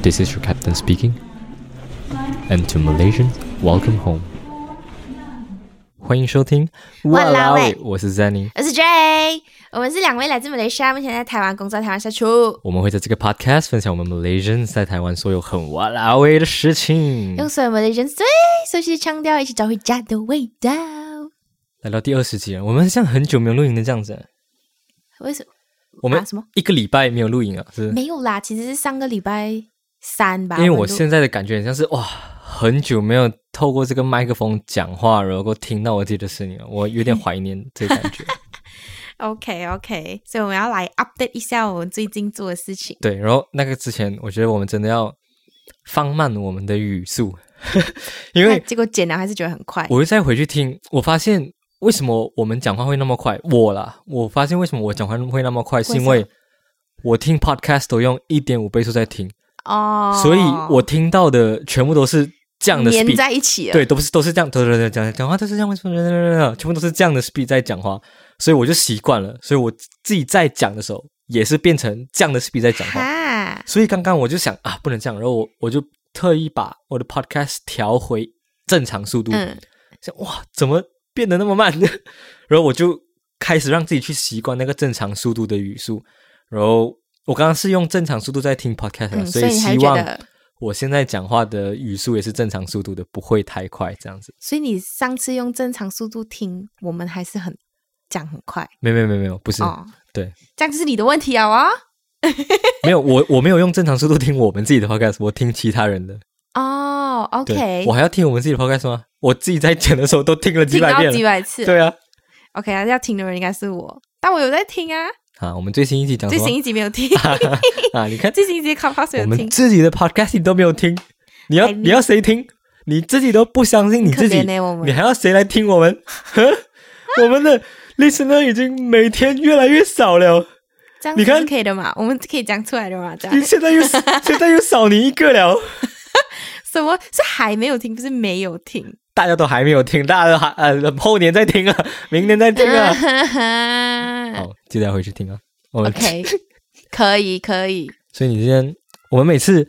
This is your captain speaking. And to Malaysians, welcome home. 欢迎收听，哇啦喂我是 Zanny。我是 J，我们是两位来自马来西亚，目前在台湾工作，台湾社畜，我们会在这个 podcast 分享我们 Malaysians 在台湾所有很哇啦喂的事情。用所有 Malaysian 最熟悉的腔调，一起找回家的味道。来到第二十集了，我们像很久没有录影的这样子，为什么？我们啊什么一个礼拜没有录影啊，是没有啦，其实是上个礼拜三吧。因为们我录现在的感觉很像是哇，很久没有透过这个麦克风讲话，然后听到我自己的声音了，我有点怀念这个感觉。 OK OK，所以我们要来 update 一下我们最近做的事情。对，然后那个之前，我觉得我们真的要放慢我们的语速， 因为但结果剪了还是觉得很快。我又再回去听，我发现为什么我们讲话会那么快？我啦，我发现为什么我讲话会那么快，是因为为我听 podcast 都用一点五倍速在听，哦，所以我听到的全部都是这样的粘 speed，在一起了。对，都不是都是这样，都都都讲讲话都是这样，全部都是这样的 speed 在讲话，所以我就习惯了，所以我自己在讲的时候也是变成这样的 speed 在讲话，哈，所以刚刚我就想啊，不能这样，然后我我就特意把我的 podcast 调回正常速度，嗯，想哇，怎么变得那么慢？ 然后我就开始让自己去习惯那个正常速度的语速，然后我刚刚是用正常速度在听 podcast，、啊嗯所所以你还希觉望得我现在讲话的语速也是正常速度的，不会太快这样子。所以你上次用正常速度听，我们还是很讲很快没有没有没有没有，不是，哦。对，这样就是你的问题啊！哦，没有我我没有用正常速度听我们自己的 podcast，我听其他人的。哦对，OK，我还要听我们自己的 podcast 吗？我自己在讲的时候都听了几听百到遍几了。百次。对啊， OK 啊，要听的人应该是我，但我有在听啊，啊，我们最新一集讲最什么新一集没有 听，啊？你看， 最新一集 c o p o s 我有们听，自己的 podcast 你都没有听，你要哎你要谁听？你自己都不相信你可自己，怜呢我们你还要谁来听我们？ 我们的 listener 已经每天越来越少了，这样你子看是可以的嘛？我们可以讲出来的嘛？这样你现在 又现在又少你一个了，什么是还没有听，不是没有听。大家都还没有听，大家都还呃后年再听 啊，明年再听啊。好，记得要回去听啊。我们 OK，可以可以，所以你今天，我们每次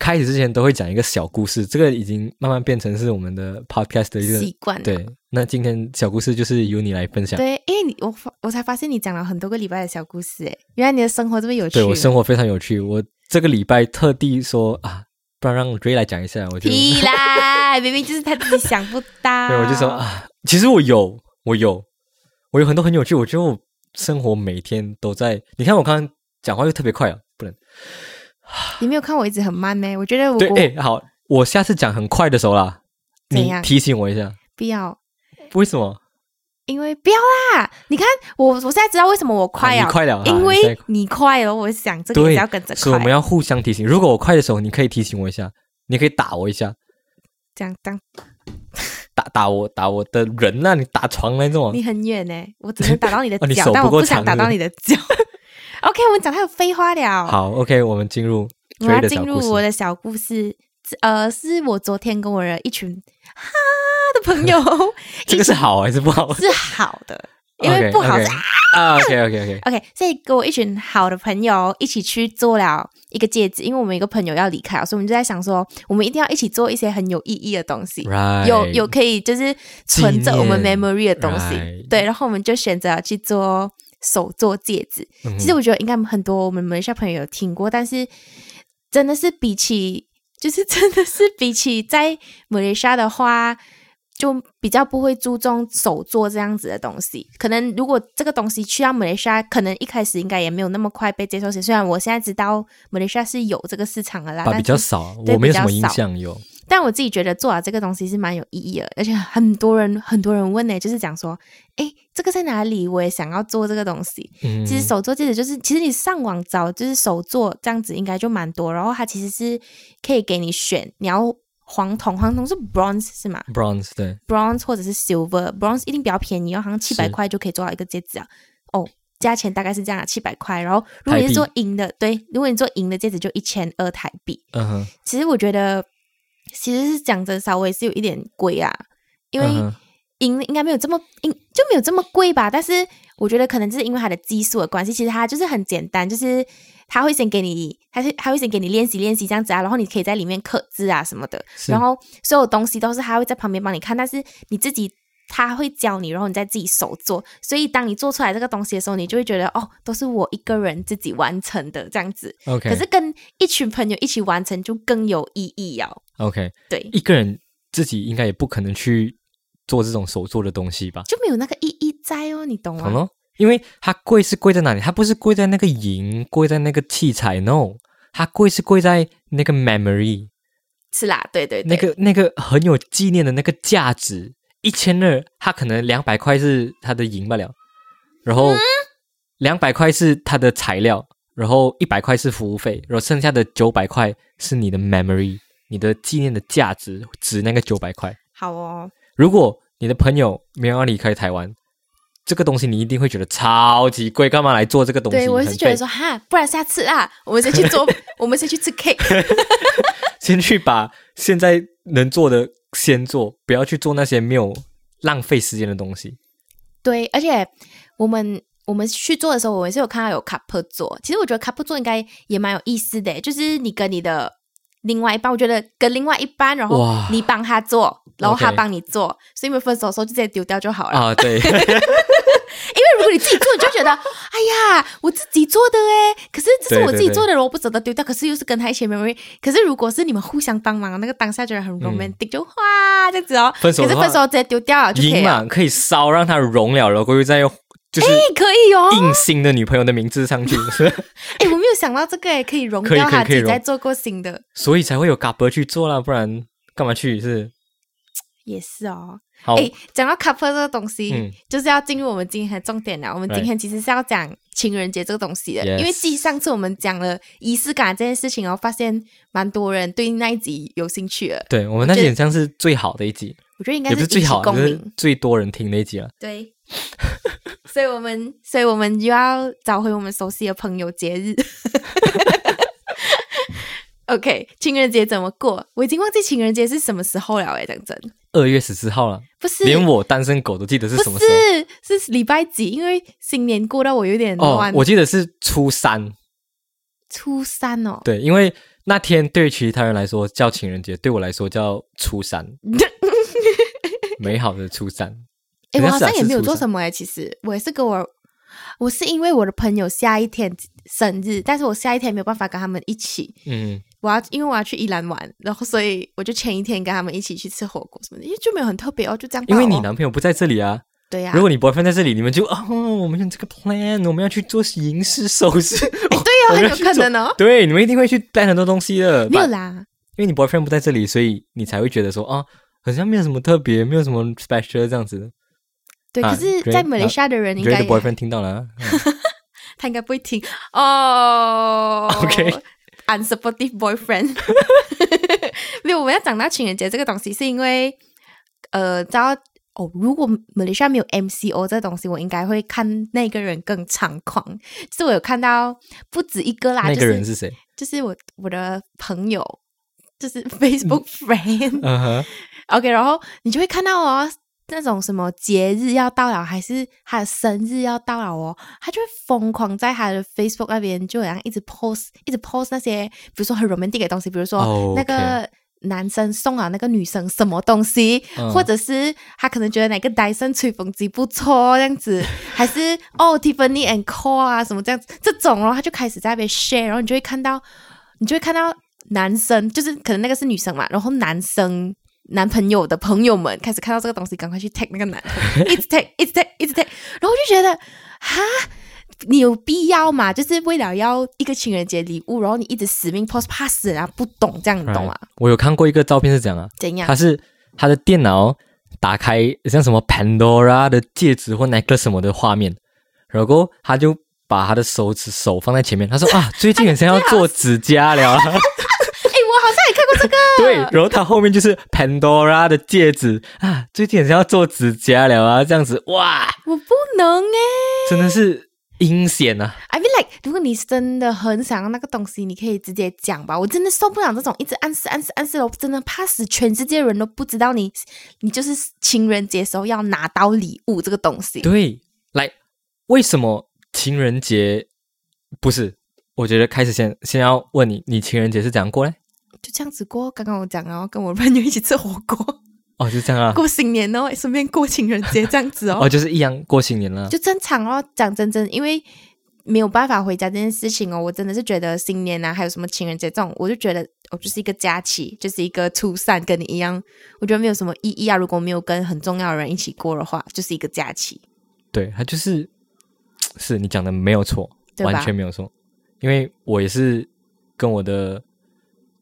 开始之前都会讲一个小故事，这个已经慢慢变成是我们的 podcast 的一个习惯了对。那今天小故事就是由你来分享。对，因为你我发我才发现你讲了很多个礼拜的小故事，哎，原来你的生活这么有趣对，我生活非常有趣，我这个礼拜特地说啊，不然让 Ray 来讲一下，我就屁啦，明明就是他自己想不到， 对，我就说啊，其实我有，我有，我有很多很有趣，我觉得我生活每天都在。你看我刚刚讲话又特别快了，不能你没有看我一直很慢呢、我觉得我对，我哎、好，我下次讲很快的时候啦，怎你样提醒我一下，不要，为什么？因为不要啦！你看我，我现在知道为什么我快啊啊，你快了啊因你现在为快你快了，我想这个也对是要跟着所以我们快，要互相提醒。如果我快的时候，你可以提醒我一下，你可以打我一下，这样当打打我打我的人呐、你打床那种啊。你很远呢、我只能打到你的 哦你脚，手但不我够不想长打是不到是你的脚。OK，我们讲太有废话了，好，OK，我们进入我们 Ray 要的小进入故事我的小故事。是呃，是我昨天跟我的一群哈的朋 友这个是好还是不好？是好的，因为不好是 OK，OK 啊，OK OK OK，OK，所以跟我一群好的朋友一起去做了一个戒指，因为我们一个朋友要离开，所以我们就在想说，我们一定要一起做一些很有意义的东西 Right，嗯有有可以就是存着我们纪念 memory 的东西。 right 对，然后我们就选择去做手做戒指。嗯其实我觉得应该很多我们马来西亚朋友有听过，但是真的是比起，就是 真的是比起在马来西亚的话，就比较不会注重手做这样子的东西。可能如果这个东西去到马来西亚，可能一开始应该也没有那么快被接受起。虽然我现在知道马来西亚是有这个市场的啦，吧但啊比较是少，对我没有什么比较印少象有。但我自己觉得做了这个东西是蛮有意义的，而且很多人很多人问呢、就是讲说，诶，这个在哪里？我也想要做这个东西。嗯，其实手作戒指就是，其实你上网找就是手作这样子应该就蛮多，然后它其实是可以给你选，你要黄铜，黄铜是 bronze 是吗 bronze 对， ？bronze 或者是 silver，bronze 一定比较便宜哦，好像七百是块就可以做到一个戒指啊。哦，价钱大概是这样啊，七百块。然后如果台你是做币银的，对，如果你做银的戒指就一千二台币。嗯哼，其实我觉得，其实是讲真，稍微是有一点贵啊，因为嗯哼应应该没有这么应就没有这么贵吧，但是我觉得可能就是因为它的基数的关系，其实它就是很简单，就是它会先给你，它是它会先给你练习练习这样子啊，然后你可以在里面刻字啊什么的，是然后所有东西都是它会在旁边帮你看，但是你自己。他会教你，然后你再自己手做。所以当你做出来这个东西的时候，你就会觉得哦，都是我一个人自己完成的这样子。 OK，可是跟一群朋友一起完成就更有意义哦。 OK，对，一个人自己应该也不可能去做这种手做的东西吧？就没有那个意义在哦，你懂吗？懂咯，因为它贵是贵在哪里？它不是贵在那个银，贵在那个器材，no，它贵是贵在那个 memory，是啦，对对对，那个那个很有纪念的那个价值。一千二，它可能两百块是它的银罢了，然后嗯两百块是它的材料，然后一百块是服务费，然后剩下的九百块是你的 memory，你的纪念的价值值那个九百块。好哦，如果你的朋友没有要离开台湾，这个东西你一定会觉得超级贵，干嘛来做这个东西？对我是很觉得废说哈，不然下次啊， 我们先去 做，我们先去吃 cake。先去把现在能做的先做，不要去做那些没有浪费时间的东西。对，而且我们我们去做的时候，我们是有看到有 couple 做，其实我觉得 couple 做应该也蛮有意思的，就是你跟你的。另外一半，我觉得跟另外一半，然后哇你帮他做，然后他 OK 帮你做所以你们分手的时候就直接丢掉 就好了。啊，对， 因为如果你自己做，你就觉得，哎呀，我自己做的哎，可是这是我自己做的，我不舍得丢掉，可是又是跟他一起 memory。可是如果是你们互相帮忙，那个当下觉得很 romantic，、就哇这样子哦。嗯分手可的是话分手直接丢掉了就可以银了，嘛可以烧，让它融了，然后又再用就是哎，可以哦。 印新的女朋友的名字上去， 哎，我没有想到这个哎，可以融可以掉可以他可自以己再融做过新的，所以才会有嘎伯去做啦，不然干嘛去？是也是哦。好，哎，讲到 couple 这个东西，嗯就是要进入我们今天的重点了。我们今天其实是要讲情人节这个东西的 Yes 因为继上次我们讲了仪式感这件事情哦，发现蛮多人对那一集有兴趣了。对我们那我觉得集很像是最好的一集，我觉得应该也不是一最起好，啊共就是鸣。最多人听那一集了。对， 所以我们，所以我们就要找回我们熟悉的朋友节日。OK，情人节怎么过？我已经忘记情人节是什么时候了哎，讲真，二月十四号了，不是，连我单身狗都记得是什不么时候。是是礼拜几？因为新年过到我有点哦乱，，我记得是初三，初三哦，对，因为那天对其他人来说叫情人节，对我来说叫初 三，美好的初三。哎，人我家好是啊像也没有是做初三什么哎，其实我也是跟我。我是因为我的朋友下一天生日，但是我下一天没有办法跟他们一起，嗯，我要因为我要去宜兰玩，然后所以我就前一天跟他们一起去吃火锅什么的，因为就没有很特别哦，就这样罢因了哦。为你男朋友不在这里啊，对呀、如果你 boyfriend 在这里，你们就哦，我们用这个 plan，我们要去做银饰首饰， 对哦，我们很有要去可做能哦，对，你们一定会去 plan 很多东西的。没有 but- 啦，因为你 boyfriend 不在这里，所以你才会觉得说啊，好像没有什么特别，没有什么 special 这样子。对，啊可是， Grey- 在马来西亚的人你应觉该得也 boyfriend 听到了、啊？他应该不 会听哦。 OK unsupportive boyfriend 没有，我们要讲到情人节这个东西，是因为呃，知道哦，如果马来西亚没有 MCO 这东西，我应该会看那个人更猖狂。就是我有看到不止一个啦，那就个是人是谁？就是我我的朋友，就是 Facebook friend，OK，、嗯哼， OK，然后你就会看到哦，那种什么节日要到了，还是他的生日要到了哦，他就会疯狂在他的 Facebook 那边就好像一直 post，一直 post 那些，比如说很 romantic 的东西，比如说哦那个。男生送了那个女生什么东西，嗯或者是他可能觉得哪个戴森吹风机不错哦这样子，还是哦 Tiffany and Co 啊什么这样子，这种哦，他就开始在那边 share，然后你就会看到，你就会看到男生，就是可能那个是女生嘛，然后男生男朋友的朋友们开始看到这个东西，赶快去 tag 那个男的，一直 tag，一直 tag，一直 tag，然后我就觉得哈。你有必要吗？就是为了要一个情人节礼物，然后你一直死命 post 怕死啊，不懂这样，你懂吗 Right？我有看过一个照片是这样啊，怎样他？是他的电脑打开像什么 Pandora 的戒指或 necklace 什么的画面，然后他就把他的手指手放在前面，他说啊，最近很像要做指 甲了。 啊哎、我好像也看过这个， 对，然后他后面就是 Pandora 的戒指啊，最近很像要做指甲了啊，这样子哇，我不能哎、真的是阴险啊！ I mean like，如果你真的很想要那个东西，你可以直接讲吧。我真的受不了这种一直暗示、暗示、暗示，我真的怕死，全世界人都不知道你，你就是情人节时候要拿到礼物这个东西。对，来，为什么情人节不是？我觉得开始先先要问你，你情人节是怎样过嘞？就这样子过。刚刚我讲，然后跟我朋友一起吃火 锅，哦，就这样啊，过新年哦，顺便过情人节这样子哦哦，，就是一样过新年了。就正常哦。讲真真，因为没有办法回家这件事情哦，我真的是觉得新年啊，还有什么情人节这种，我就觉得我、哦、就是一个假期，就是一个初三，跟你一样，我觉得没有什么意义啊。如果没有跟很重要的人一起过的话，就是一个假 期，对，他就是，是你讲的没有错，对吧完全没有错，因为我也是跟我的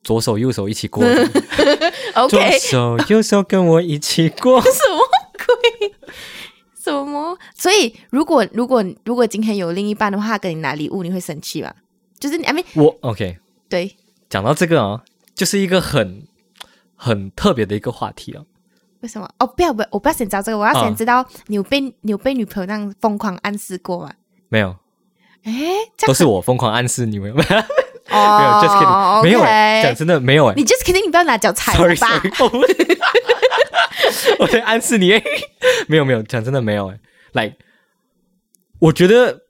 左手右手一起过的， 左哦 OK？手右手跟我一起过，什么鬼？什么？所以，如果如果如果今天有另一半的话，他跟你拿礼物，你会生气吗？就是你，I mean，我 OK。对，讲到这个哦，就是一个很很特别的一个话题哦。为什么？哦，不要不要，我不要先找这个，我要啊先知道你有被、你有被女朋友那样疯狂暗示过吗？没有，哎，这都样是我疯狂暗示你们， 没有哦，just kidding，没有哎，讲 OK 真的没有哎你就是肯定你不要拿脚踩我，sorry 吧 sorry，我不 我在暗示你哎，没有没有，讲真的没有哎，like，我觉得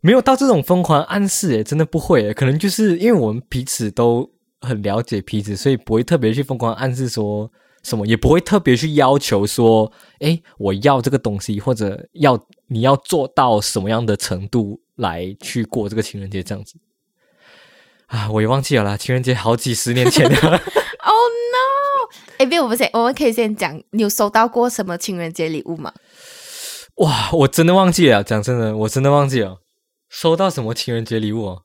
没有到这种疯狂暗示哎，真的不会哎，可能就是因为我们彼此都很了解彼此，所以不会特别去疯狂暗示说。什么也不会特别去要求说，哎，我要这个东西，或者要你要做到什么样的程度来去过这个情人节这样子啊？我也忘记了啦，情人节好几十年前了。 ？Oh no！哎，不，我们先，我们可以先讲，你有收到过什么情人节礼物吗？哇，我真的忘记了，讲真的，我真的忘记了收到什么情人节礼物、哦，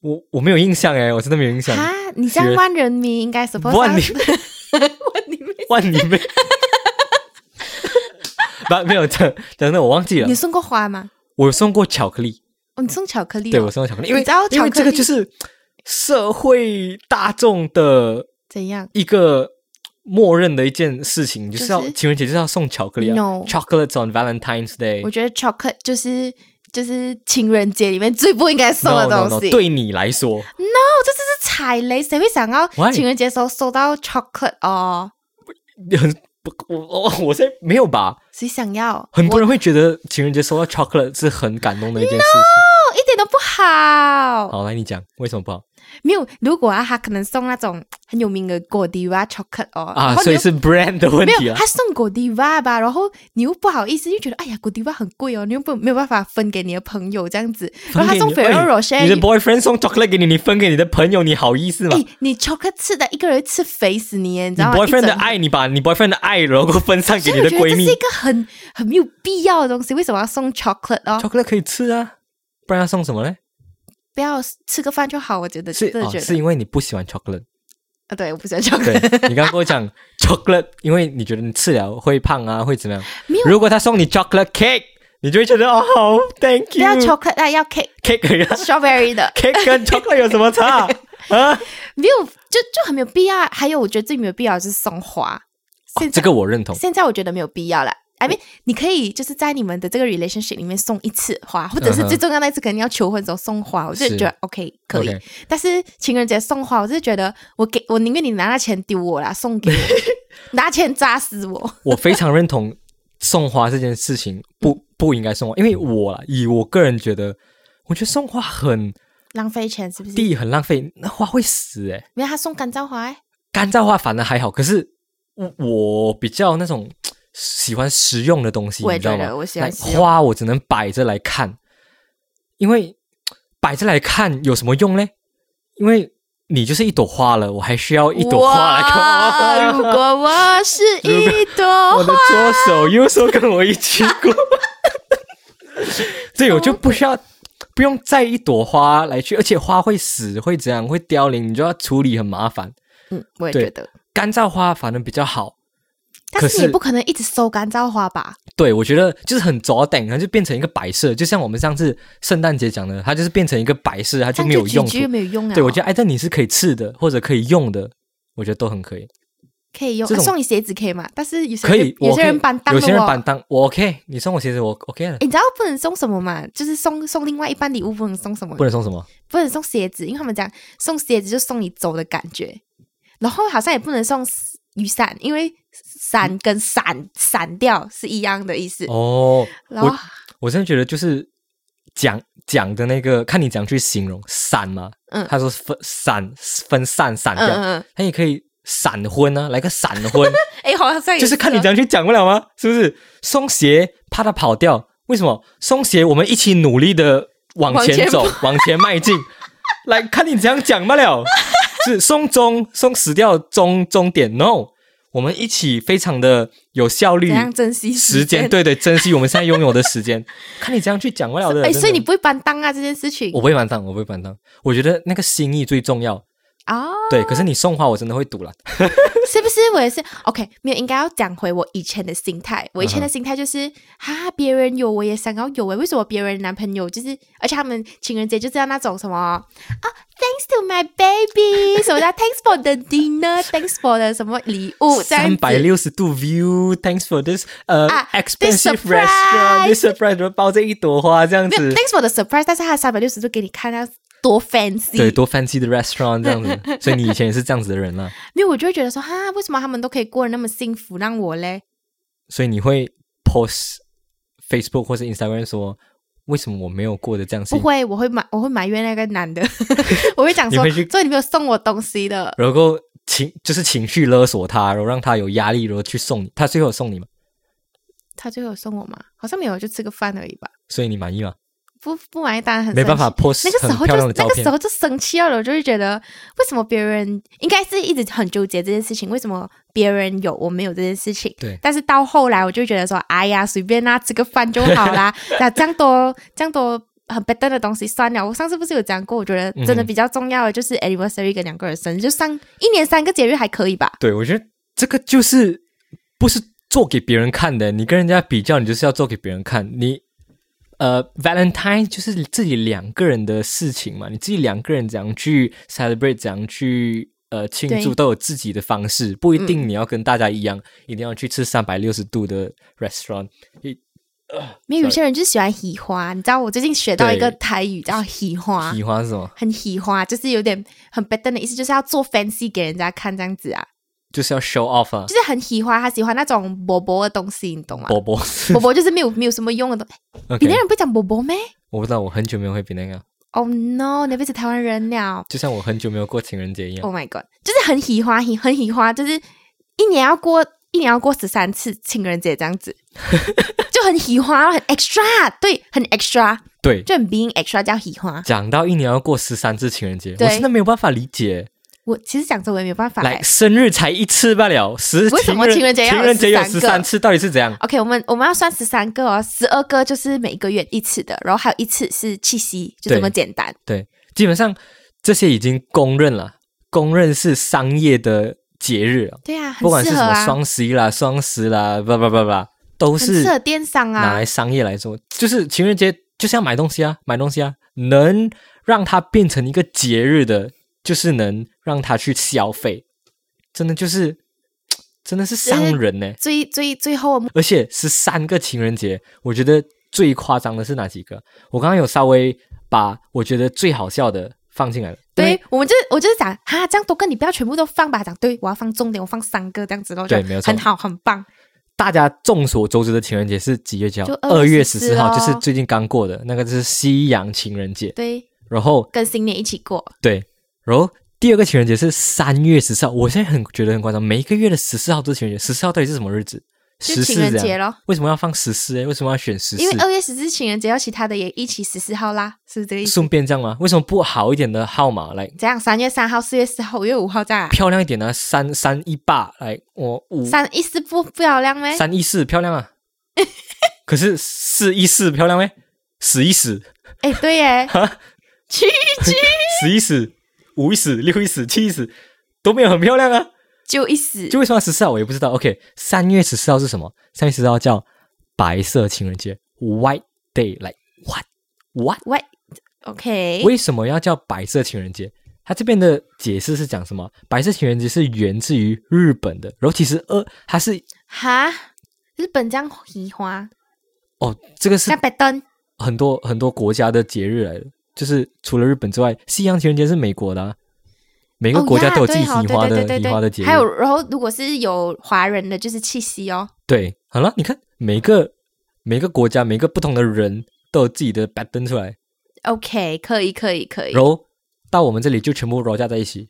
我我没有印象哎，我真的没有印象。哈，你这样学万人迷应该 suppose 万要里 万你妹，万里妹， 不没有讲讲真的，我忘记了你。送过花吗？我送过巧克力，哦，你送巧克力哦、对我送过巧克力，因为你知道因为巧这克力个就是社会大众的怎样？一个默认的一件事情，就是要、就是情人节就是要送巧克力啊 No chocolates on Valentine's Day 我。觉得 chocolate 就是就是情人节里面最不应该送的 No, 东 no, 西。 no, 对你来说，哦，这真是踩雷，谁会想要 Why？情人节的时候收到 chocolate 哦？很 不，我我我在没有吧？谁想要？很多我人会觉得情人节收到 chocolate 是很感动的一件事情。哦，一点都不好。好，来你讲为什么不好没有，如果啊，他可能送那种很有名的果迪哇 chocolate 哦，然啊？后所你以又是 brand 的问没题啊有，了他。送果迪哇吧，然后你又不好意思，又觉得哎呀，果迪哇很贵哦，你又不没有办法分给你的朋友这样子，然后他送分给 Ferrero 你哎 Rocher，你的你 boyfriend 送 chocolate 给你，你分给你的朋友，你好意思吗？哎，你 chocolate 吃的一个人吃肥死你耶，你知你道吗？一 boyfriend 的整爱，你把你 boyfriend 的爱，然后分散给所以你我的觉得闺这蜜是一个很很没有必要的东西，为什么要送 chocolate 哦？ ，chocolate 可以吃啊，不然要送什么嘞？不要吃个饭就好，我觉得是真的哦，觉是得因为你不喜欢 chocolate。啊，对，我不喜欢对 chocolate，你刚刚跟我讲 chocolate，因为你觉得你吃了会胖啊，会怎么样没？有如果他送你 chocolate cake，你就会觉得哦，好，thank 不要 you。 chocolate 啊，要 cake cake 可以啊 strawberry 的， cake 跟 chocolate 有什么差啊？没有就就很没有必要。还有，我觉得最没有必要的就是送花，现哦在、这个我认同。现在我觉得没有必要了。I mean，你可以就是在你们的这个 relationship 里面送一次花，或者嗯是哼最重要那一次，可能要求婚的时候送花，我就是觉得 OK 可以。 OK 但是情人节送花，我是觉得我给我宁愿你拿那钱丢我啦，送 给我拿钱砸死我。我非常认同送花这件事情不不应该送花，因为我啦，以我个人觉得，我觉得送花很浪费钱是不是？第一很浪费，那花会死诶、欸没有，他送干燥花、欸，干燥花反而还好，可是我我比较那种喜欢实用的东西，我也你知道觉得吗？我喜欢来实用花我只能摆着来看，因为摆着来看有什么用嘞？因为你就是一朵花了，我还需要一朵花来哇看。 如果我是一朵我的花，左手右手跟我一起 过，所以我就不需要不用再一朵花来去，而且花会死，会怎样，会凋零，你就要处理很麻烦。嗯，我也对觉得。干燥花反而比较好，但可是你也是不可能一直收干燥花吧？对我觉得就是很着等，它就变成一个摆设，就像我们上次圣诞节讲的，它就是变成一个摆设，它就这样没有就用几途哎句。没有用啊。对我觉得艾但你是可以吃的或者可以用的，我觉得都很可以。可以用、这啊种送你鞋子可以吗？但是有些可以，有我些可以人板当有了些人哦哎板当，我 OK，你送我鞋子，我 OK 了诶，你知道不能送什么吗？就是送送另外一半礼物不能送什么，不能送什么，不能送鞋子，因为他们讲送鞋子就送你走的感觉，然后好像也不能送雨伞，因为伞跟闪闪掉是一样的意思。哦，然后我我真的觉得就是讲讲的那个，看你怎样去形容散嘛。嗯他说分散分散散嗯嗯掉，嗯，那、也可以闪婚啊，来个闪婚，哎、好像也就是看你怎样。样去讲不了吗？是不是？松鞋怕它跑掉，为什么？松鞋我们一起努力的往往前前走，往前迈 进，来看你怎样讲不了。是松中松死掉终终点，no，我们一起非常的有效率怎，样珍惜时间，间？对对，珍惜我们现在拥有的时 间。看你怎样去讲不了的。真哎、的所以你不会搬当啊这件事情我不会满当，我不会满当。我觉得那个心意最重要。哦，对，可是你送花我真的会堵了。是不是？我也是。OK，没有，应该要讲回我以前的心态。我以嗯前的心态就是，哈、别人有我也想要有诶，欸为什么别人男朋友就是，而且他们情人节就是要那种什么啊、t h a n k s to my baby，什么 叫 Thanks for the dinner，Thanks for the 什么礼物，哦这样三百子。六十度 view，thanks for this 呃、啊 expensive this surprise restaurant，this surprise 包这一朵花这样没有子， Thanks for the surprise，但是他三百六十度给你看，他多 fancy。对，多 fancy 的 restaurant 这样嗯子。所以你以前也是这样子的人啊啦，没有，我就会觉得说，哈，为什么他们都可以过得那么幸福，让我嘞？所以你会 post Facebook 或是 Instagram 说。为什么我没有过得这样不幸福？会，我会埋，我会埋怨那个男的， 我会讲你说会去，所以你没有送我东西的。然后情就是情绪勒索他，然后让他有压力，然后去送你。他最后有送你嘛？他最后有送我吗？好像没有，就吃个饭而已吧。所以你满意吗？不不满意当然很没办法生气。 post 那个时很候漂就亮的照那个片时。候就生气了，我就会觉得为什么别人应该是一直很纠结这件事情，为什么别人有我没有这件事情？对但是到后来我就觉得说，哎呀，随便啦、吃个饭就 好啦。那这样多这样多很 b e t t 的东西算了。我上次不是有讲过，我觉得真的嗯比较重要的就是 anniversary 跟两个人生日，就上一年三个节日还可以吧？对，我觉得这个就是不是做给别人看的，你跟人家比较，你就是要做给别人看。你呃，Valentine 就是自己两个人的事情嘛，你自己两个人怎样去 celebrate，怎样去呃庆祝，对嗯都有自己的方式，不一定你要跟大家一样，一定要去吃三百六十度的 restaurant。没有有些人就喜欢喜花，你知道我最近学到一个台语叫喜花。喜欢是什么？很喜欢，就是有点很 b e t 的意思，就是要做 fancy 给人家看这样子啊，就是要 show off 啊就，是很喜欢，他喜欢那种薄薄的东西，你懂吗？波波。薄薄就是没有没有什么用的东西。哦 OK，别的人不讲薄薄咩我不知道，我很久没有会比那个，啊？Oh no，你变成台湾人了。就像我很久没有过情人节一样。 Oh my god，就是很喜欢，很很喜欢，就是一年要过一年要过十三次情人节这样子，就很喜欢，很 extra，对，很 extra，对，就很 being extra 叫喜欢。讲到一年要过十三次情人节，我对真的没有办法理解。我其实讲真，我也没有办法、来，欸。生日才一次罢了，十为什么情人节要有情人节有十13三个次，到底是怎样？ OK，我们我们要算十三个哦，十二个就是每个月一次的，然后还有一次是气息，就这么简单。对，基本上这些已经公认了，公认是商业的节日了，对啊，不很管是适什合么啊，双十一啦、双十啦，不不不不，都很适是合电商拿啊来。商业来说，就是情人节就是要买东西啊，买东西啊，能让它变成一个节日的，就是能让它去消费，真的就是，真的是伤人呢、最最最后，而且是三个情人节，我觉得最夸张的是哪几个？我刚刚有稍微把我觉得最好笑的放进来了。因为对我们就是我就是讲哈，这样多个你不要全部都放吧，讲对我要放重点，我放三个这样子咯，对就没有错很好，很棒。大家众所周知的情人节是几月几号就？二月十24四号，哦就是最近刚过的那个，就是西洋情人节。对，然后跟新年一起过，对，然后第二个情人节是三月十四号，我现在很觉得很夸张，每一个月的十四号都是情人节，十四号到底是什么日子？就十四情人这节样？咯。为什么要放十四？为什么要选十四？因为二月十四情人节，要其他的也一起十四号啦，是不是这个意思？顺便这样吗？为什么不好一点的号码来这样，三月三号、四月四号、五月五号 这样啊，漂亮一点呢、三三一八，来我五三哎一四不不漂亮咩？三一四漂亮啊，可是四一四漂亮没？死一死，哎，对耶， 去死一死，五一死，六一死，七一死，都没有很漂亮啊。就一死就为什么十四号我也不知道。OK，三月十四号是什么？三月十四号叫白色情人节 （White Day）。Like what what？喂，OK，为什么要叫白色情人节？它这边的解释是讲什么？白色情人节是源自于日本的，然后其实二它是哈，日本这样移花，哦，这个是那白灯很多很多国家的节日来的，就是除了日本之外，西洋情人节是美国的、啊，每个国家都有自己哦呀移花的对对对对对移花的节日。还有，然后如果是有华人的，就是气息哦。对，好了，你看每个每个国家每个不同的人都有自己的 pattern 出来， OK，可以，可以，可以然。后到我们这里就全部揉加在一起，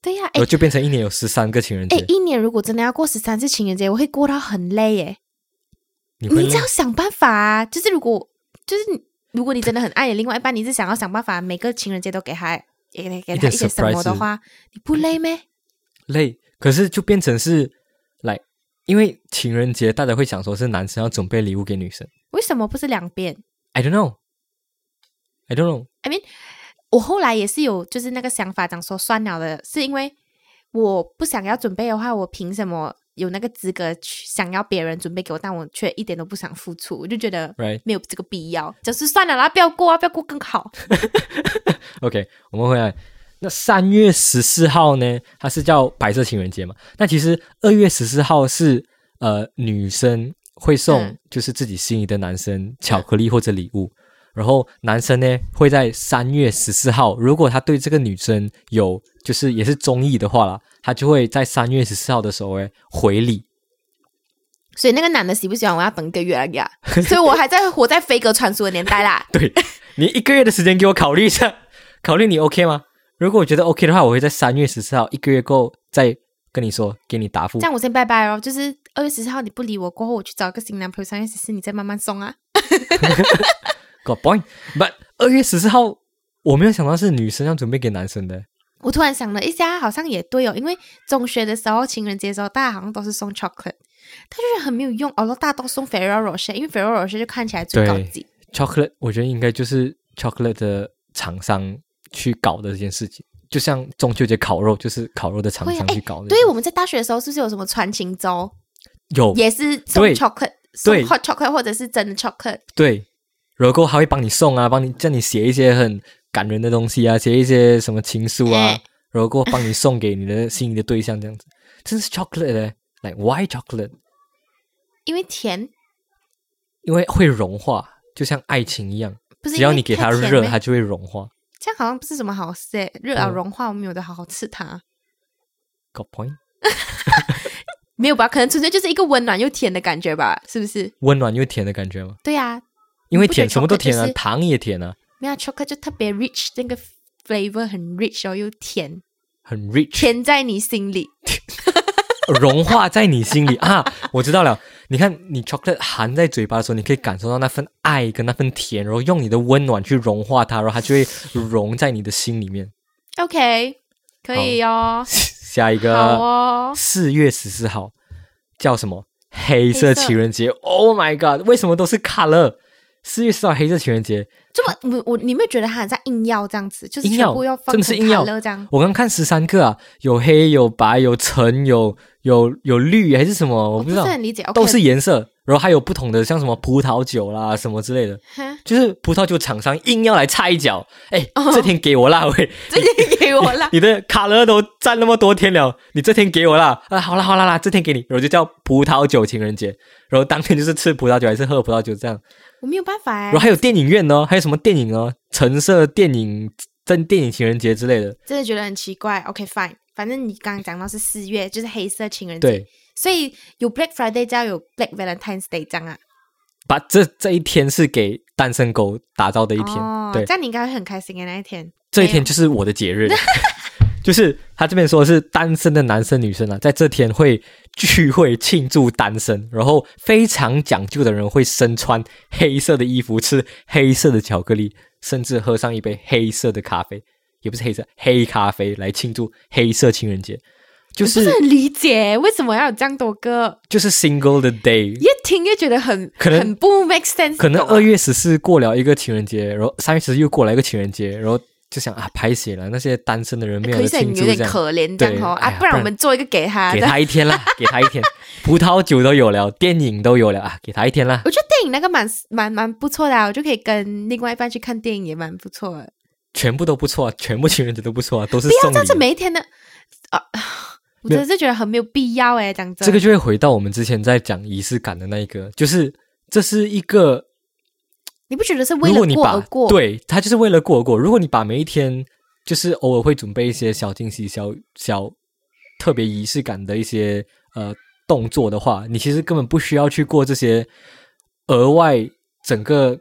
对呀、然诶后哎就变成一年有十三个情人节。哎、一年如果真的要过十三次情人节，我会过到很累耶。你会你只要想办法啊，就是如果就是你如果你真的很爱你另外一半，你是想要想办法每个情人节都给他也给给一他点一些什么的话，你不累咩？累，可是就变成是来，因为情人节大家会想说是男生要准备礼物给女生为什么不是两边？ ，I don't know，I don't know， I mean，我后来也是有就是那个想法，讲说算了的，是因为我不想要准备的话，我凭什么有那个资格去想要别人准备给我，但我却一点都不想付出，我就觉得 Right 没有这个必要，就是算了啦，不要过啊，不要过更好。 OK，我们回来。那三月十四号呢，它是叫白色情人节嘛？那其实二月十四号是呃女生会送嗯就是自己心仪的男生巧克力或者礼物，然后男生呢会在三月十四号，如果他对这个女生有就是也是中意的话啦，他就会在三月十四号的时候哎回礼。所以那个男的喜不喜欢我要等一个月而已啊， 所以我还在活在飞鸽传书的年代啦。对你一个月的时间给我考虑一下， 考虑你 OK 吗？如果我觉得 OK 的话，我会在三月十四号一个月后再跟你说，给你答复这。样我先拜拜哦，就是二月十四号你不理我，过后我去找一个新男朋友，三月十四你再慢慢送啊。 Good point. But 二月十四号，我没有想到是女生要准备给男生的。我突然想了一下，好像也对哦，因为中学的时候，情人节的时候，大家好像都是送 chocolate，他就是很没有用哦，然后大家都送 Ferrero Rocher，因为 Ferrero Rocher 就看起来最高级。 Chocolate，我觉得应该就是 chocolate 的厂商去搞的这件事情，就像中秋节烤肉，就是烤肉的厂会啊商哎去搞的。对，我们在大学的时候是不是有什么传情周，有也是送哦对 chocolate，送对 hot chocolate 或者是真的 chocolate，对，然后还会帮你送啊，帮你叫你写一些很感人的东西啊，写一些什么情书啊哎，然后帮你送给你的心仪的对象这样子，真是 chocolate 嘞，like why chocolate？因为甜因为会融化，就像爱情一样，不是只要因为你给太它甜热，咩它就会融化。这样好像不是什么好事诶，热啊嗯融化，我们有的好好吃它。 Got point？没有吧？可能纯粹就是一个温暖又甜的感觉吧，是不是？温暖又甜的感觉吗？对啊，因为你不觉得甜什么都甜啊 chocolate 就，是糖也甜啊，没有 chocolate 就特别 rich，那个 flavor 很 rich 哦，又甜，很 rich，甜在你心里。融化在你心里啊！我知道了，你看你 chocolate 含在嘴巴的时候，你可以感受到那份爱跟那份甜，然后用你的温暖去融化它，然后它就会融在你的心里面。 OK，可以哦，下一好个，哦，四月十四号叫什么？黑色黑色情人节！Oh my god，为什么都是 color？四月十号黑色情人节，这么我我你有没有觉得他很像硬要这样子，就是硬全要部要放真的是硬要 colour 这样？我刚看十三个啊，有黑有白有橙有有有绿还是什么，我我不不知是道，哦很理解，OK，都是颜色，然后还有不同的，像什么葡萄酒啦什么之类的，哈就是葡萄酒厂商硬要来插一脚，哎，哦这天给我啦，喂， 这个给 我啦。你的卡勒都占那么多天了，你这天给我啦，啊，好啦好啦啦，这天给你，然后就叫葡萄酒情人节，然后当天就是吃葡萄酒还是喝葡萄酒这样，我没有办法哎 然后，还有电影院呢，还有什么电影呢？橙色电影真电影情人节之类的，真的觉得很奇怪。OK，fine，反正你刚刚讲到是四月，就是黑色情人节，对。所以有 Black Friday 加有 Black Valentine's Day 这样啊。把这这一天是给单身狗打造的一天，哦、对这，样你应该会很开心的那一天。这一天没有就是我的节日， 就是他这边说的是单身的男生女生啊，在这天会聚会庆祝单身，然后非常讲究的人会身穿黑色的衣服，吃黑色的巧克力，甚至喝上一杯黑色的咖啡，也不是黑色黑咖啡来庆祝黑色情人节，就不是是很理解为什么要有这样多歌，就是 Single 的 Day，越听越觉得很可能很不 make sense。可能懂吗二月十四过了一个情人节，然后三月十四又过来一个情人节，然后就想啊，拍写了那些单身的人没有哎可得是庆你祝有这点样，可怜这样哦对啊哎呀，不然不然我们做一个给他给的。他一天 啦，给他一天，葡萄酒都有了，电影都有了啊，给他一天啦。我觉得电影那个蛮蛮蛮不错的、啊，我就可以跟另外一半去看电影，也蛮不错的。全部都不错啊，全部情人节都不错啊，都是不要送这样子，礼。每一天的 啊，我真的是觉得很没有必要哎、讲真，这个就会回到我们之前在讲仪式感的那一个，就是这是一个，你不觉得是为如果你了过把而过？，对他就是为了过而过。如果你把每一天就是偶尔会准备一些小惊喜、小小特别仪式感的一些呃动作的话，你其实根本不需要去过这些额外整个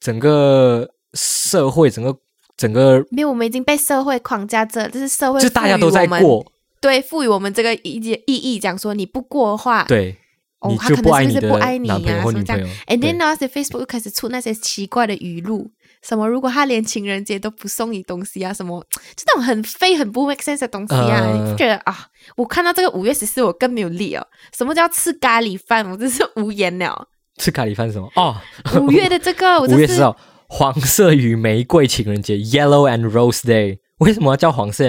整个社会整个整个。没有，我们已经被社会框架这，这是社会就大家都在赋予我们过，对，赋予我们这个意义意义，讲说你不过的话，，对，哦你他就可能不爱是你不是的不爱你男朋友啊或什么女这朋样友。 And 对 then now the Facebook 又开始出那些奇怪的语录，什么如果他连情人节都不送你东西啊，什么这种很非很不 make sense 的东西啊，呃你不觉得啊？我看到这个五月十四，我更没有力哦。什么叫吃咖喱饭？我真是无 言了。吃咖喱饭是什么？哦，五月哦的这个，我五月真四是号，黄色与玫瑰情人节 （Yellow and Rose Day）。为什么要叫黄色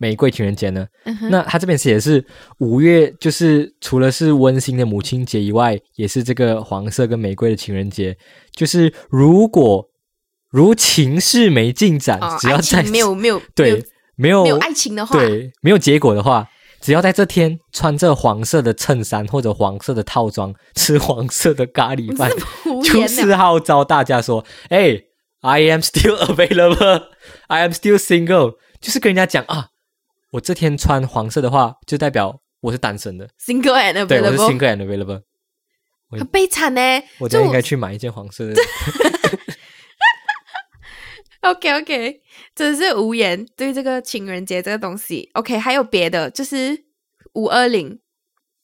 玫瑰情人节呢？嗯哼那它这边写的是五月，就是除了是温馨的母亲节以外，也是这个黄色跟玫瑰的情人节。就是如果如情势没进展，哦，只要爱在情没有没有对没有没有爱情的话，对，没有结果的话，只要在这天穿着黄色的衬衫或者黄色的套装，吃黄色的咖喱饭，无就言了。是啊号召大家说：“哎、i am still available, I am still single。”就是跟人家讲啊，我这天穿黄色的话，就代表我是单身的， Single and 对我是 available， single and available。很悲惨呢。我就等下应该去买一件黄色的。 OK OK，真是无言对这个情人节这个东西。OK，还有别的，就是五二零，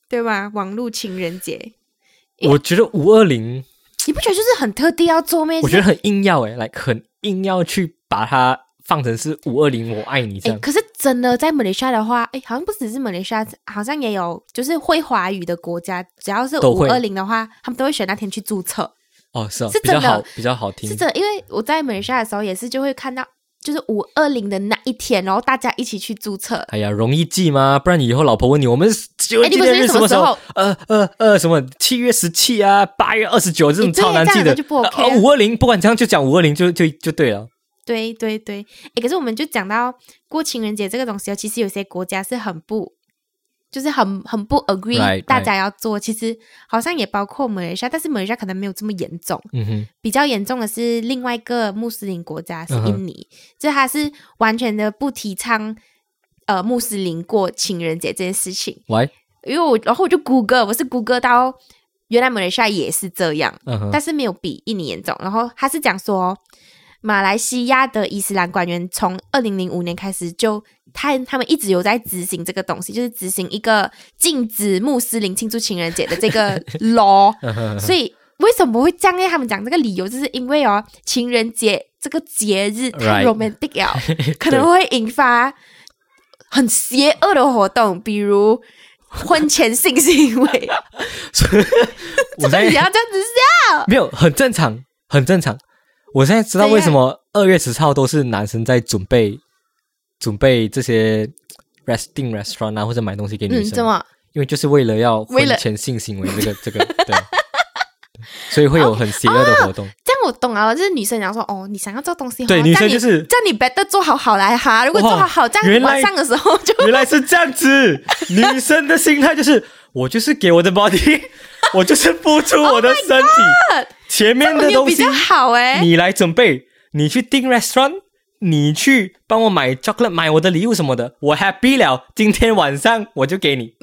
对吧？网络情人节， 我觉得五二零，你不觉得就是很特地要做咩？我觉得得很硬要哎、欸，来、很硬要去把它放成是五二零，我爱你这哎、样。可是真的在马来西亚的话，哎，好像不只是马来西亚，好像也有就是会华语的国家，只要是都五会二零的话，他们都会选那天去注册。哦，是、哦、是比较真的好，比较好听。是这，因为我在马来西亚的时候也是就会看到，就是五二零的那一天，然后大家一起去注册。哎呀，容易记吗？不然你以后老婆问你，我们情人哎你纪们念日生日什么么时时候候？呃呃呃，什么七月十七啊，八月二十九这种哎对超难记的呃哦这样子就不 OK 啊。五二零，不管怎样就讲五二零，就就就对了。对对对，诶，可是我们就讲到过情人节这个东西哦，其实有些国家是很不，就是很很不 agree，、 Right, right. 大家要做。其实好像也包括马来西亚，但是马来西亚可能没有这么严重，嗯哼，比较严重的是另外一个穆斯林国家是嗯哼印尼，就它是完全的不提倡呃穆斯林过情人节这件事情。喂，因为我然后我就谷歌，我是谷歌到原来马来西亚也是这样，嗯哼， 但是没有比印尼严重。然后他是讲说，马来西亚的伊斯兰官员从二零零五年开始就他他们一直有在执行这个东西，就是执行一个禁止穆斯林庆祝情人节的这 个 law。嗯哼，所以为什么会这样呢？他们讲这个理由，就是因为哦，情人节这个节日 Right. 太 romantic 了， 可能会引发很邪恶的活动，比如婚前性行 为。我 你现要在这样子笑，没有很正常，很正常。我现在知道为什么二月十号都是男生在准备准备这些 resting restaurant 啊，或者买东西给女嗯，生。怎么？因为就是为了要为婚了前性行为这个 这个对，所以会有很邪恶的活 动。这样我懂了，就是女生讲说，哦，你想要做东西哦，对这样女生你就是这样你 better 做好好来哈。如果哇做好好，这原样来晚上的时候就哦原来是这样子，女生的心态就是我就是给我的 body，我 就是付出我的身体 God 前 面的没有东比西较好哎、你来准备，你去订 restaurant，你去帮我买 chocolate，买我的礼物什么的，我 happy 了，今天晚上我就给 你，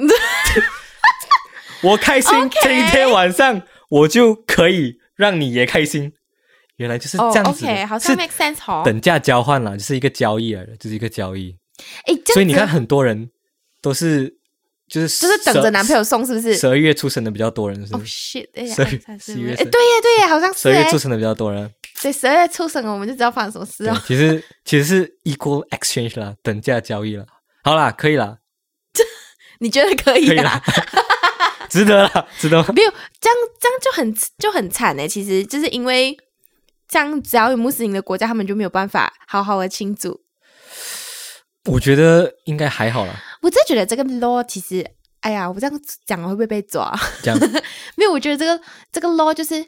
我开心 OK 今天晚上我就可以让你也开心。原来就是哦这样子的，OK，好像是 make sense 哦。等价交换啦，就是一个交易而已，就是一个交易。哎，这样所以你子看，很多人都是就是就是等着男朋友友送，是不是？十二月出生的比较多人是哦、不是 shit！哎呀， 12月二三四11五月哎，生对耶对耶，好像十是二月哎出。生的比较多人。所以十二月出生了，我们就知道发生什么事对哦。，其实其实是 equal exchange 啦，等价交易啦。好啦，可以啦，你觉得可以可以啦啊？， 值得啦，值得。 没有，这样这样就很就很惨哎。其实就是因为这样，只要有穆斯林的国家，他们就没有办法好好的庆祝。我觉得应该还好啦，我真的觉得这个 law 其实，哎呀，我这样讲会不会被抓？ 这样没有，我觉得这个这个 law 就是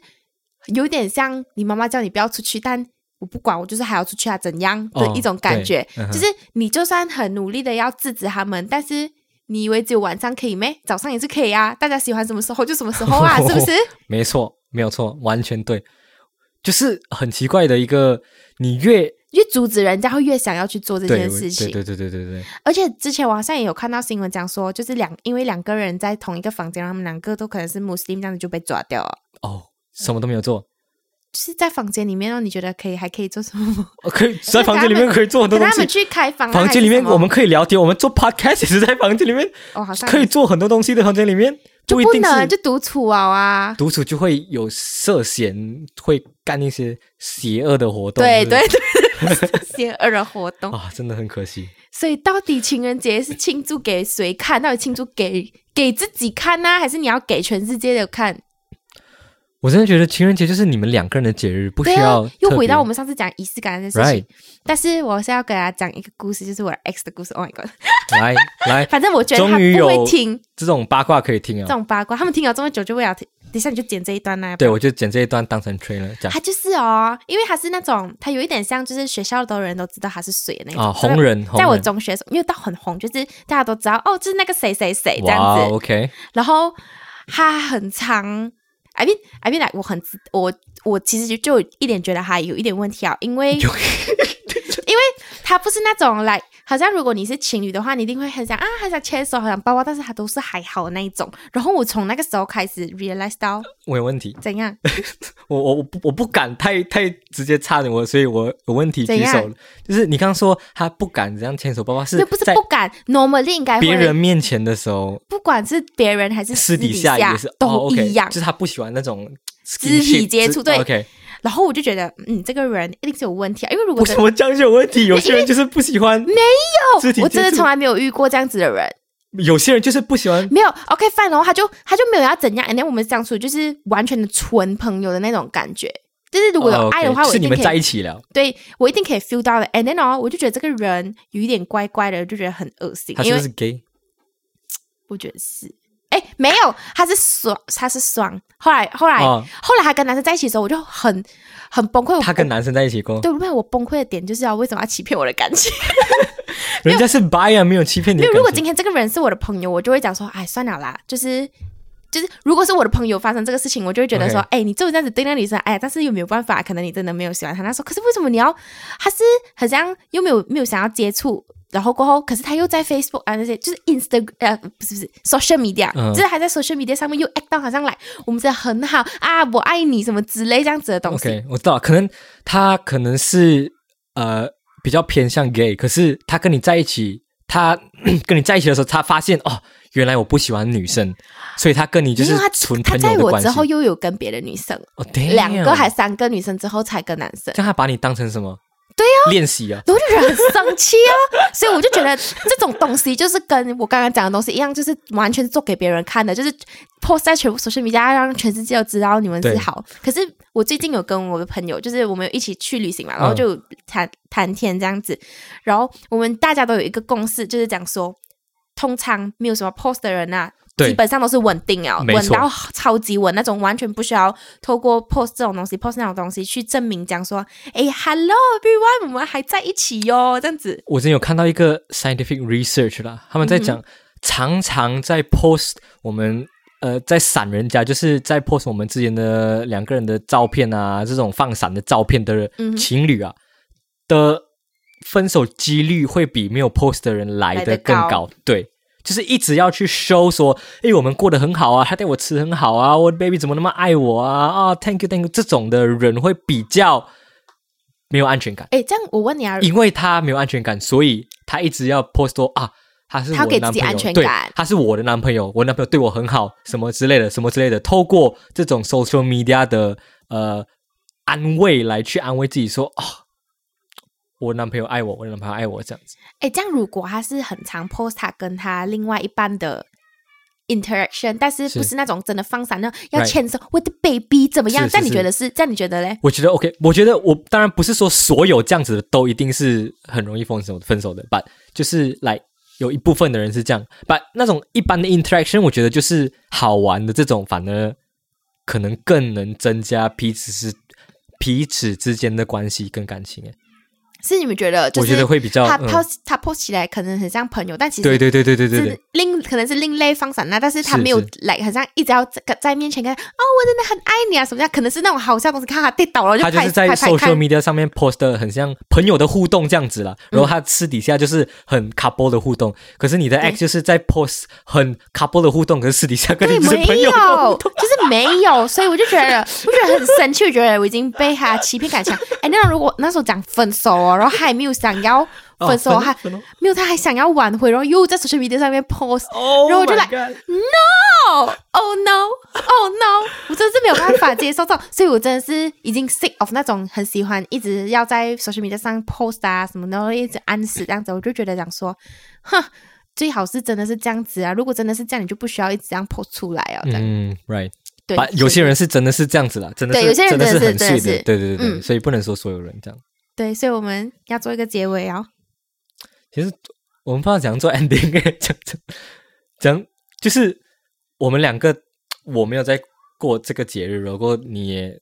有点像你妈妈叫你不要出去，但我不管，我就是还要出去啊，怎样的哦一种感觉。对嗯哼就是你就算很努力的要制止他们，但是你以为只有晚上可以咩？早上也是可以啊，大家喜欢什么时候就什么时候 啊，是不是？没错，没有错，完全对，就是很奇怪的一个，你越越阻止人家会越想要去做这对件我事情。对对对对对对，而且之前我好像也有看到新闻讲说，就是两因为两个人在同一个房间，然后他们两个都可能是 Muslim，这样子就被抓掉了。哦，什么都没有做，就是在房间里面哦，你觉得可以还可以做什 么？哦可以在房间里面可以做很多可能东他们西。去开房、啊，房间里面还是什么我们可以聊天，我们做 podcast 也是在房间里面，哦好像可以做很多东西的房间里面，就一不定能是就独处啊啊！独处就会有涉嫌会干一些邪恶的活动。对是不是对 对，邪恶的活动。啊，真的很可惜。所以到底情人节是庆祝给谁看？到底庆祝给给自己看呢、还是你要给全世界的看？我真的觉得情人节就是你们两个人的节日，不需对要特，啊别。又回到我们上次讲仪式感的事情。 right 但是我是要给大家讲一个故事，就是我的 ex 的故事。Oh my god！来 来，反正我觉得他终于有哦不会听这种八卦可以听这啊。种八卦，他们听了这么久就为了听。等一下你就剪这一段啊啦、对，我就剪这一段当成 trailer 啊讲他就是哦，因为他是那种，他有一点像，就是学校的人都知道他是谁的那种啊，真的红人，红在我人中学的时候，没有到很红，就是大家都知道哦，就是那个谁谁谁这 样哇子。 ，OK，然后他很常，I mean I mean，like, 我很知我我其实就就有一点觉得他有一点问题啊，因为 因有为他不是那种来。好像如果你是情侣的话，你一定会很想啊，很想牵手，很想抱抱，但是他都是还好的那一种。然后我从那个时候开始 realize 到我有问题，怎样，我我我不我不敢太太直接插你我，所以我有问题怎举样手了。就是你刚刚说他不敢这样牵手抱抱，是那不是在不敢，normally 应该会别人面前的时候，不管是别人还是 私底底下也是都一样哦 o k 就是他不喜欢那种肢体 skinship，接触肢对，OK，然后我就觉得，嗯，这个人一定是有问题啊，因为如果为什真的么这样就有问题？有些人就是不喜 欢，没肢体我真的接触从来没有遇过这样子的人，有些人就是不喜欢。没有 OK fine，然后他就他就没有要怎样，然后我们相处就是完全的纯朋友的那种感觉。就是如果有哦爱 OK，的话，就我是一你定们可在以，一起了，对我一定可以 feel 到的。And then 哦，我就觉得这个人有一点怪怪的，就觉得很恶心，他是因不为是 gay？我觉得是，哎，没有，他是双，他是双。后来后来、哦后来他跟男生在一起的时候，我就很很崩溃。我他跟男生在一起过，对，因为我崩溃的点就是啊，为什么要欺骗我的 感情？人家是 bi 啊，没有欺骗你因的感为情。如果今天这个人是我的朋友，我就会讲说，哎，算了啦，就是就是，如果是我的朋友发生这个事情，我就会觉得说， OK 哎、你就是这样子对那个女生，哎，但是又没有办法，可能你真的没有喜欢她。他说，可是为什么你要？他是好像又没有没有想要接触。然后过后，可是他又在 Facebook 啊那些，就是 Instagram 呃，不是不是 social media，、嗯就是还在 social media 上面又 act 到好像来我们真的很好啊，我爱你什么之类这样子的东西。 OK，我知道，可能他可能是呃比较偏向 gay，可是他跟你在一起，他 跟你在一起的时候，他发现哦，原来我不喜欢女生，所以他跟你就没是有他啊纯他朋在友的我关之系。后又有跟别的女生，哦，damn 两个还三个女生之后才跟男生。这样，他把你当成什么？对呀、练习啊，然后我就觉得很生气啊，所以我就觉得这种东西就是跟我刚刚讲的东西一样，就是完全做给别人看的，就是 post 在全部 social media 让全世界都知道你们是对好。可是我最近有跟我的朋友，就是我们有一起去旅行嘛，然后就谈、谈天这样子，然后我们大家都有一个共识，就是讲说，通常没有什么 post 的人啊。对基本上都是稳定啊，没稳错到超级稳那种，完全不需要透过 post 这种东西、post 那种东西去证明，讲说，哎，hello everyone，我们还在一起哟，这样子。我之前有看到一个 scientific research 啦，他们在嗯讲，常常在 post 我们呃在闪人家，就是在 post 我们之间的两个人的照片啊，这种放闪的照片的嗯情侣啊、的分手几率会比没有 post 的人来来的得更高高，对。就是一直要去 show 说，诶，我们过得很好啊，他对我吃很好啊，我 baby 怎么那么爱我啊？啊、t h a n k you，thank you，这种的人会比较没有安全感。哎，这样我问你啊，因为他没有安全感，所以他一直要 post 说啊，他是我他要的给男自己朋友，安全对感，他是我的男朋友，我男朋友对我很好，什么之类的，什么之类的，透过这种 social media 的呃安慰来去安慰自己说啊，我男朋友爱我，我男朋友爱我这样子，哎，这样如果他是很常 post 他跟他另外一半的 interaction，但是是不是那种真的放闪那种要 Right 牵手，我的 baby 怎么样？是是这样你是觉得是？这样你觉得嘞？我觉得 OK，我觉得我当然不是说所有这样子的都一定是很容易分手分手的，but 就是来。有一部分的人是这样，把那种一般的 interaction，我觉得就是好玩的这种，反而可能更能增加彼此是彼此之间的关系跟感情。哎，是你们觉得，就我觉是得会比较他嗯 post 他 post 起来可能很像朋友，但其实对对对对对对对是，另可能是另类放闪啦，但是他是没有是来，好像一直要在在面前跟他哦，我真的很爱你啊什么的，可能是那种好笑的东西，看他跌倒了就他就拍是在拍拍 social 看， media 上面 post 的很像朋友的互动这样子啦，嗯然后他私底下就是很 couple 的互动，可是你的 ex 就是在 post 很 couple 的互动，可是私底下跟对，你就是没朋友有，的互动。就是没有，所以我就觉 得，我觉得很生气，我觉得我已经被他欺骗感情。哎，那如果那时候讲分手哦，然后他也没有想要哦分手，分还分哦没有，他还想要挽回，然后又在 social media 上面 post，哦然后我就来哦，Oh no，Oh no，我真的是没有办法接受这种，所以我真的是已经 sick of 那种很喜欢一直要在 social media 上 post 啊什么，然后一直暗示这样子，我就觉得讲说，哼，最好是真的是这样子啊，如果真的是这样，你就不需要一直这样 post 出来啊，这样、嗯，right，对把，有些人是真的是这样子啦，真的对有是些人真的真的是很碎真的的是，对对对对，嗯所以不能说所有人这样。对，所以我们要做一个结尾哦，其实我们不知道怎样做 ending，讲讲讲，就是我们两个我没有在过这个节日，如果你也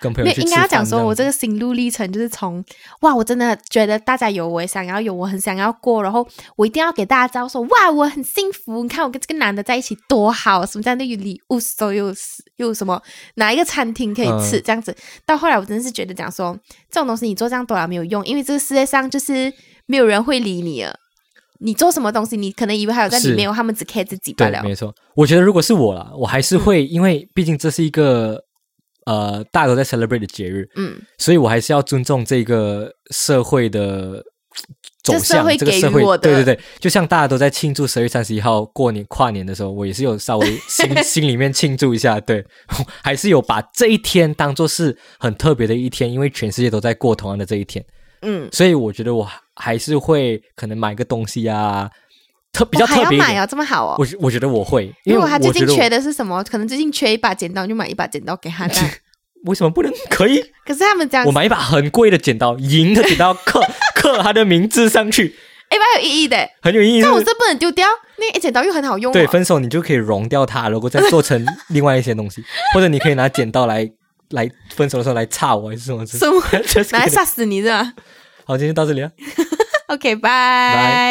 跟朋没友有去应吃该要饭这讲样子，说我这个心路历程就是从哇，我真的觉得大家有我也想要有，我很想要过，然后我一定要给大家知道说哇，我很幸福，你看我跟这个男的在一起多好，什么这样的有礼物收，又有又有什么哪一个餐厅可以吃、嗯这样子。到后来我真的是觉得讲说这种东西你做这样多了没有用，因为这个世界上就是没有人会理你了。你做什么东西，你可能以为还有在里面，他们只 care 自己罢对了，。没错。我觉得如果是我啦，我还嗯是会，因为毕竟这是一个呃大家都在 celebrate 的节日，嗯，所以我还是要尊重这个社会的走这社向会，这个给予社会我的对对对，就像大家都在庆祝十二月三十一号过年跨年的时候，我也是有稍微 心心里面庆祝一下，对， 还是有把这一天当做是很特别的一天，因为全世界都在过同样的这一天，嗯，所以我觉得我还是会可能买个东西啊，特比较我还特要别一买点。哦，这么好哦。我觉我觉得我会，因为如果他最我觉近得我缺的是什么，可能最近缺一把剪刀，你就买一把剪刀给 他这样。为什么不能可 以？可是他们这样我，买一把很贵的剪刀，银的剪刀，刻 刻他的名字上去，哎，蛮有意义的。很有意思但。我这不能丢掉，那个剪刀又很好用、哦。对，分手你就可以融掉它，如果再做成另外一些 东西，或者你可以拿剪刀来来分手的时候来插我，还是什么之类什 么 Just 拿来 kidding 杀死你是吧 好，今天就到这里啊了。 ？OK，拜。